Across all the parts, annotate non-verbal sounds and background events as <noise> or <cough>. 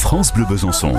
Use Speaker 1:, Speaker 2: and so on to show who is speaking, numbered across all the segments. Speaker 1: France Bleu Besançon.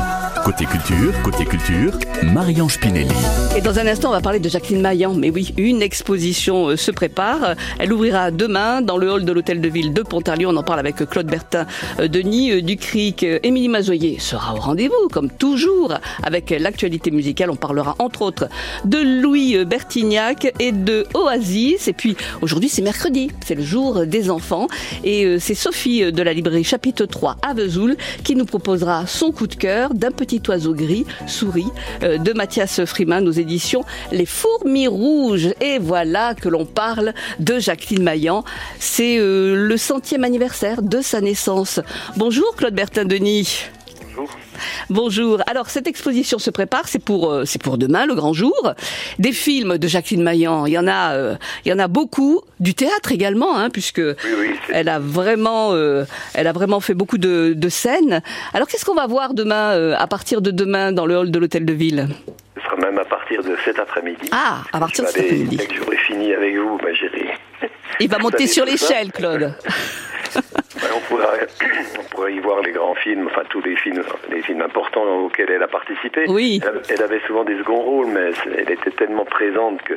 Speaker 1: Côté culture, côté culture, Marianne Spinelli.
Speaker 2: Et dans un instant, on va parler de Jacqueline Maillan. Mais oui, une exposition euh, se prépare. Elle ouvrira demain dans le hall de l'hôtel de ville de Pontarlier. On en parle avec Claude Bertin, euh, Denis euh, Ducric. Euh, Émilie Mazoyer sera au rendez-vous, comme toujours, avec euh, l'actualité musicale. On parlera entre autres de Louis euh, Bertignac et de Oasis. Et puis aujourd'hui, c'est mercredi, c'est le jour euh, des enfants. Et euh, c'est Sophie euh, de la librairie chapitre 3 à Vesoul qui nous proposera son coup de cœur d'un petit oiseau gris, souris, euh, de Mathias Freeman aux éditions Les Fourmis Rouges. Et voilà que l'on parle de Jacqueline Maillan. C'est euh, le centième anniversaire de sa naissance. Bonjour Claude Bertin-Denis.
Speaker 3: Bonjour.
Speaker 2: Bonjour. Alors cette exposition se prépare, c'est pour euh, c'est pour demain, le grand jour. Des films de Jacqueline Maillan, il y en a euh, il y en a beaucoup, du théâtre également, hein, puisque
Speaker 3: Oui, oui, c'est-
Speaker 2: elle a vraiment euh, elle a vraiment fait beaucoup de, de scènes. Alors qu'est-ce qu'on va voir demain euh, à partir de demain dans le hall de l'hôtel de ville
Speaker 3: ce sera même à partir de cet après-midi.
Speaker 2: Ah, à partir de
Speaker 3: Je vais
Speaker 2: cet
Speaker 3: aller-
Speaker 2: après-midi.
Speaker 3: Dès que j'aurai fini avec vous,
Speaker 2: <laughs>
Speaker 3: bah, j'irai.
Speaker 2: Il va monter
Speaker 3: savez
Speaker 2: sur
Speaker 3: tout
Speaker 2: l'échelle,
Speaker 3: ça
Speaker 2: Claude.
Speaker 3: Ouais, on, pourra, on pourra y voir les grands films, enfin tous les films, les films importants auxquels elle a participé.
Speaker 2: Oui.
Speaker 3: Elle, elle avait souvent des seconds rôles, mais c'est- elle était tellement présente que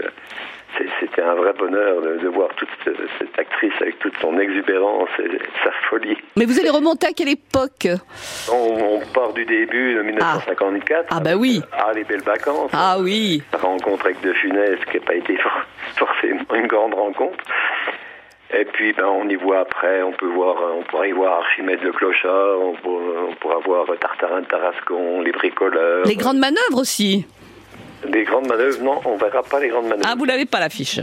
Speaker 3: c'est- c'était un vrai bonheur de, de voir toute euh, cette actrice avec toute son exubérance et sa folie.
Speaker 2: Mais vous allez remonter à quelle époque
Speaker 3: On, on part du début de 1954.
Speaker 2: Ah, bah oui.
Speaker 3: Ah, les belles vacances.
Speaker 2: Ah oui.
Speaker 3: La rencontre avec De Funès, qui n'a pas été for- forcément une grande rencontre. Et puis, ben, on y voit après, on peut voir, on pourra y voir Archimède le Clochard, on, pour- on pourra voir Tartarin de Tarascon, les bricoleurs.
Speaker 2: Les grandes manœuvres aussi.
Speaker 3: Les grandes manœuvres, non, on verra pas les grandes manœuvres.
Speaker 2: Ah, vous l'avez pas l'affiche.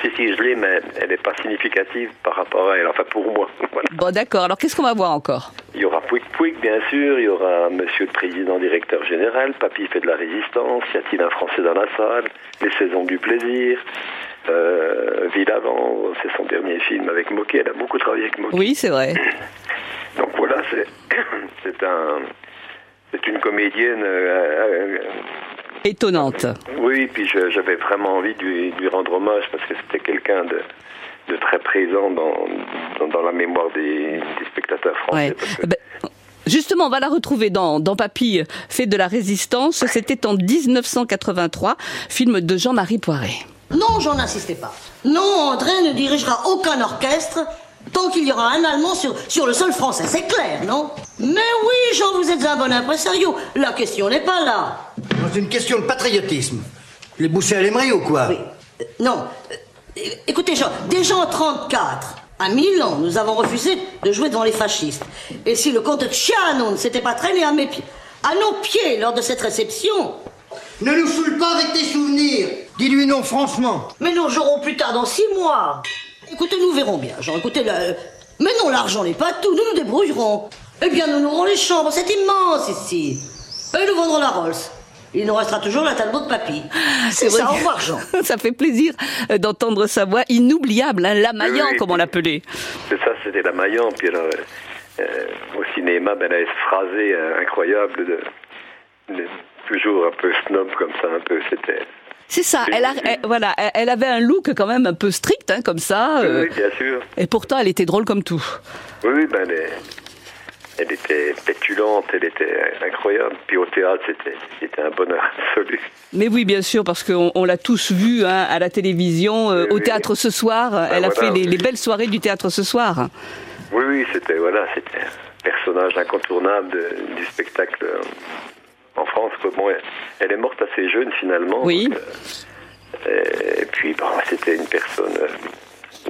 Speaker 3: Si, si, je l'ai, mais elle n'est pas significative par rapport à elle, enfin pour moi. <laughs> Voilà.
Speaker 2: Bon, d'accord. Alors qu'est-ce qu'on va voir encore
Speaker 3: Il y aura Pouic Pouic, bien sûr, il y aura Monsieur le Président Directeur Général, Papy fait de la résistance, y a-t-il un Français dans la salle, Les Saisons du Plaisir, euh, Ville à vendre, c'est son dernier film avec Moquet, elle a beaucoup travaillé avec Moquet.
Speaker 2: Oui, c'est vrai.
Speaker 3: Donc voilà, c'est <coughs> c'est un... C'est une comédienne. euh, euh,
Speaker 2: Étonnante.
Speaker 3: oui, puis je- j'avais vraiment envie de lui, de lui rendre hommage parce que c'était quelqu'un de, de très présent dans, dans, dans la mémoire des, des spectateurs français.
Speaker 2: Ouais.
Speaker 3: parce que-
Speaker 2: Eh ben, justement, on va la retrouver dans, dans Papy, fait de la résistance. C'était en 1983, film de Jean-Marie Poiret. <laughs>
Speaker 4: Non, j'en insistais pas. Non, André ne dirigera aucun orchestre tant qu'il y aura un Allemand sur, sur le sol français, c'est clair, non Mais oui, Jean, vous êtes un bon impresario. La question n'est pas là.
Speaker 5: C'est une question de patriotisme. Les bousser à l'aimerie ou quoi
Speaker 4: Oui. euh, non. Euh, écoutez, Jean, déjà en 34, à Milan, nous avons refusé de jouer devant les fascistes. Et si le comte Ciano ne s'était pas traîné à mes pieds, à nos pieds lors de cette réception,
Speaker 5: Ne nous foule pas avec tes souvenirs Dis-lui non, franchement
Speaker 4: Mais nous jouerons plus tard dans six mois. Écoutez, nous verrons bien, Jean. Écoutez, le- mais non, l'argent n'est pas tout. Nous nous débrouillerons. Eh bien, nous louerons les chambres. C'est immense ici. Et nous vendrons la Rolls. Il nous restera toujours la talbot de papy. C'est
Speaker 2: vrai
Speaker 4: ça.
Speaker 2: que-
Speaker 4: Au revoir, Jean.
Speaker 2: ça fait plaisir euh, d'entendre sa voix inoubliable, hein, l'amaillant,
Speaker 3: Oui, oui.
Speaker 2: comme on l'appelait.
Speaker 3: C'est ça, c'était la Maillan. Puis alors, euh, euh, au cinéma, ben, elle avait ce phrasé euh, incroyable de, de- toujours un peu snob comme ça, un peu. C'était.
Speaker 2: C'est ça. Elle, a- elle- voilà, elle- elle avait un look quand même un peu strict, hein, comme ça. euh,
Speaker 3: Oui, bien sûr.
Speaker 2: et pourtant, elle était drôle comme tout.
Speaker 3: Oui, oui, ben, elle, est- elle était pétulante, elle était incroyable. Puis au théâtre, c'était, c'était un bonheur <laughs> absolu.
Speaker 2: Mais oui, bien sûr, parce qu'on on l'a tous vu hein, à la télévision, euh,
Speaker 3: Oui,
Speaker 2: au
Speaker 3: oui. Ah,
Speaker 2: théâtre ce soir. elle a
Speaker 3: voilà,
Speaker 2: fait les,
Speaker 3: oui.
Speaker 2: les belles soirées du théâtre ce soir.
Speaker 3: Oui, oui, c'était voilà, c'était un personnage incontournable de- du spectacle euh, en France. quoi. Bon, elle- elle est morte assez jeune finalement.
Speaker 2: Oui.
Speaker 3: Donc, euh, et puis, bon, c'était une personne, euh,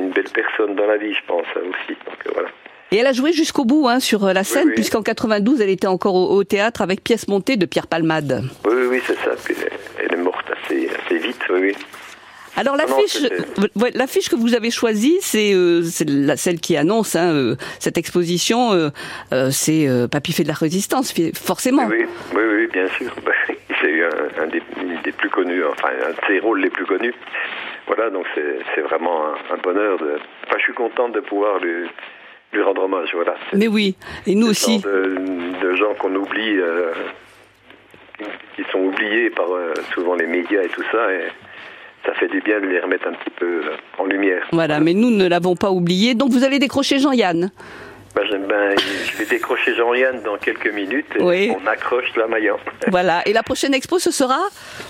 Speaker 3: une belle personne dans la vie, je pense euh, aussi. Donc euh, voilà.
Speaker 2: Et elle a joué jusqu'au bout hein, sur euh, la scène,
Speaker 3: oui.
Speaker 2: puisqu'en 92, elle était encore au, au théâtre avec pièce montée de Pierre Palmade.
Speaker 3: Oui, oui, oui, c'est ça. Puis, elle, elle est morte assez, assez vite. Oui, oui.
Speaker 2: Alors
Speaker 3: Ah non,
Speaker 2: l'affiche,
Speaker 3: c'était-
Speaker 2: ouais, l'affiche que vous avez choisie, c'est euh, c'est la- celle qui annonce hein, euh, cette exposition. euh, euh, c'est euh, Papy fait de la résistance, fi- forcément.
Speaker 3: Oui, oui, oui, bien sûr. <laughs> Ben, C'est eu un, un des, une des plus connus, enfin un de ses rôles les plus connus. Voilà, donc c'est c'est vraiment un, un bonheur. De... Enfin, je suis contente de pouvoir lui, lui rendre hommage. Voilà. C'est
Speaker 2: Mais oui, et nous
Speaker 3: le
Speaker 2: aussi.
Speaker 3: genre De, de gens qu'on oublie, euh, qui sont oubliés par euh, souvent les médias et tout ça. Et ça fait du bien de les remettre un petit peu euh, en lumière.
Speaker 2: Voilà, mais nous ne l'avons pas oublié. Donc vous allez décrocher Jean-Yann.
Speaker 3: Ben, j'aime bien- je vais décrocher Jean-Yann dans quelques minutes. et
Speaker 2: Oui.
Speaker 3: On accroche la <laughs> Mayan.
Speaker 2: Voilà. Et la prochaine expo, ce sera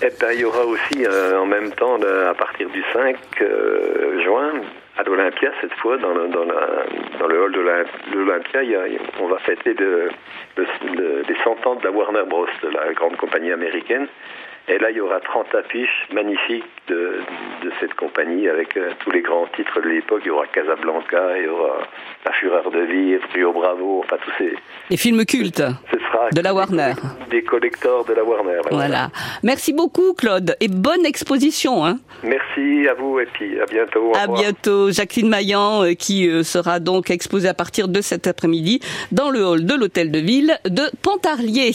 Speaker 3: Et ben, il y aura aussi euh, en même temps, là, à partir du 5 euh, juin, à l'Olympia, cette fois, dans le, dans la- dans le hall de l'Olym- de l'Olympia, il y a- on va fêter le- le- le- les 100 ans de la Warner Bros., de la grande compagnie américaine. Et là, il y aura 30 affiches magnifiques de, de cette compagnie avec euh, tous les grands titres de l'époque. Il y aura Casablanca, il y aura La Fureur de Vivre, Rio Bravo, enfin tous ces...
Speaker 2: Les films cultes.
Speaker 3: Ce sera
Speaker 2: De la
Speaker 3: des-
Speaker 2: Warner.
Speaker 3: Des collecteurs de la Warner. là,
Speaker 2: Voilà. Merci beaucoup, Claude. Et bonne exposition. Hein.
Speaker 3: Merci à vous et puis à bientôt. au
Speaker 2: À
Speaker 3: revoir.
Speaker 2: bientôt, Jacqueline Maillan, euh, qui euh, sera donc exposée à partir de cet après-midi dans le hall de l'hôtel de ville de Pontarlier.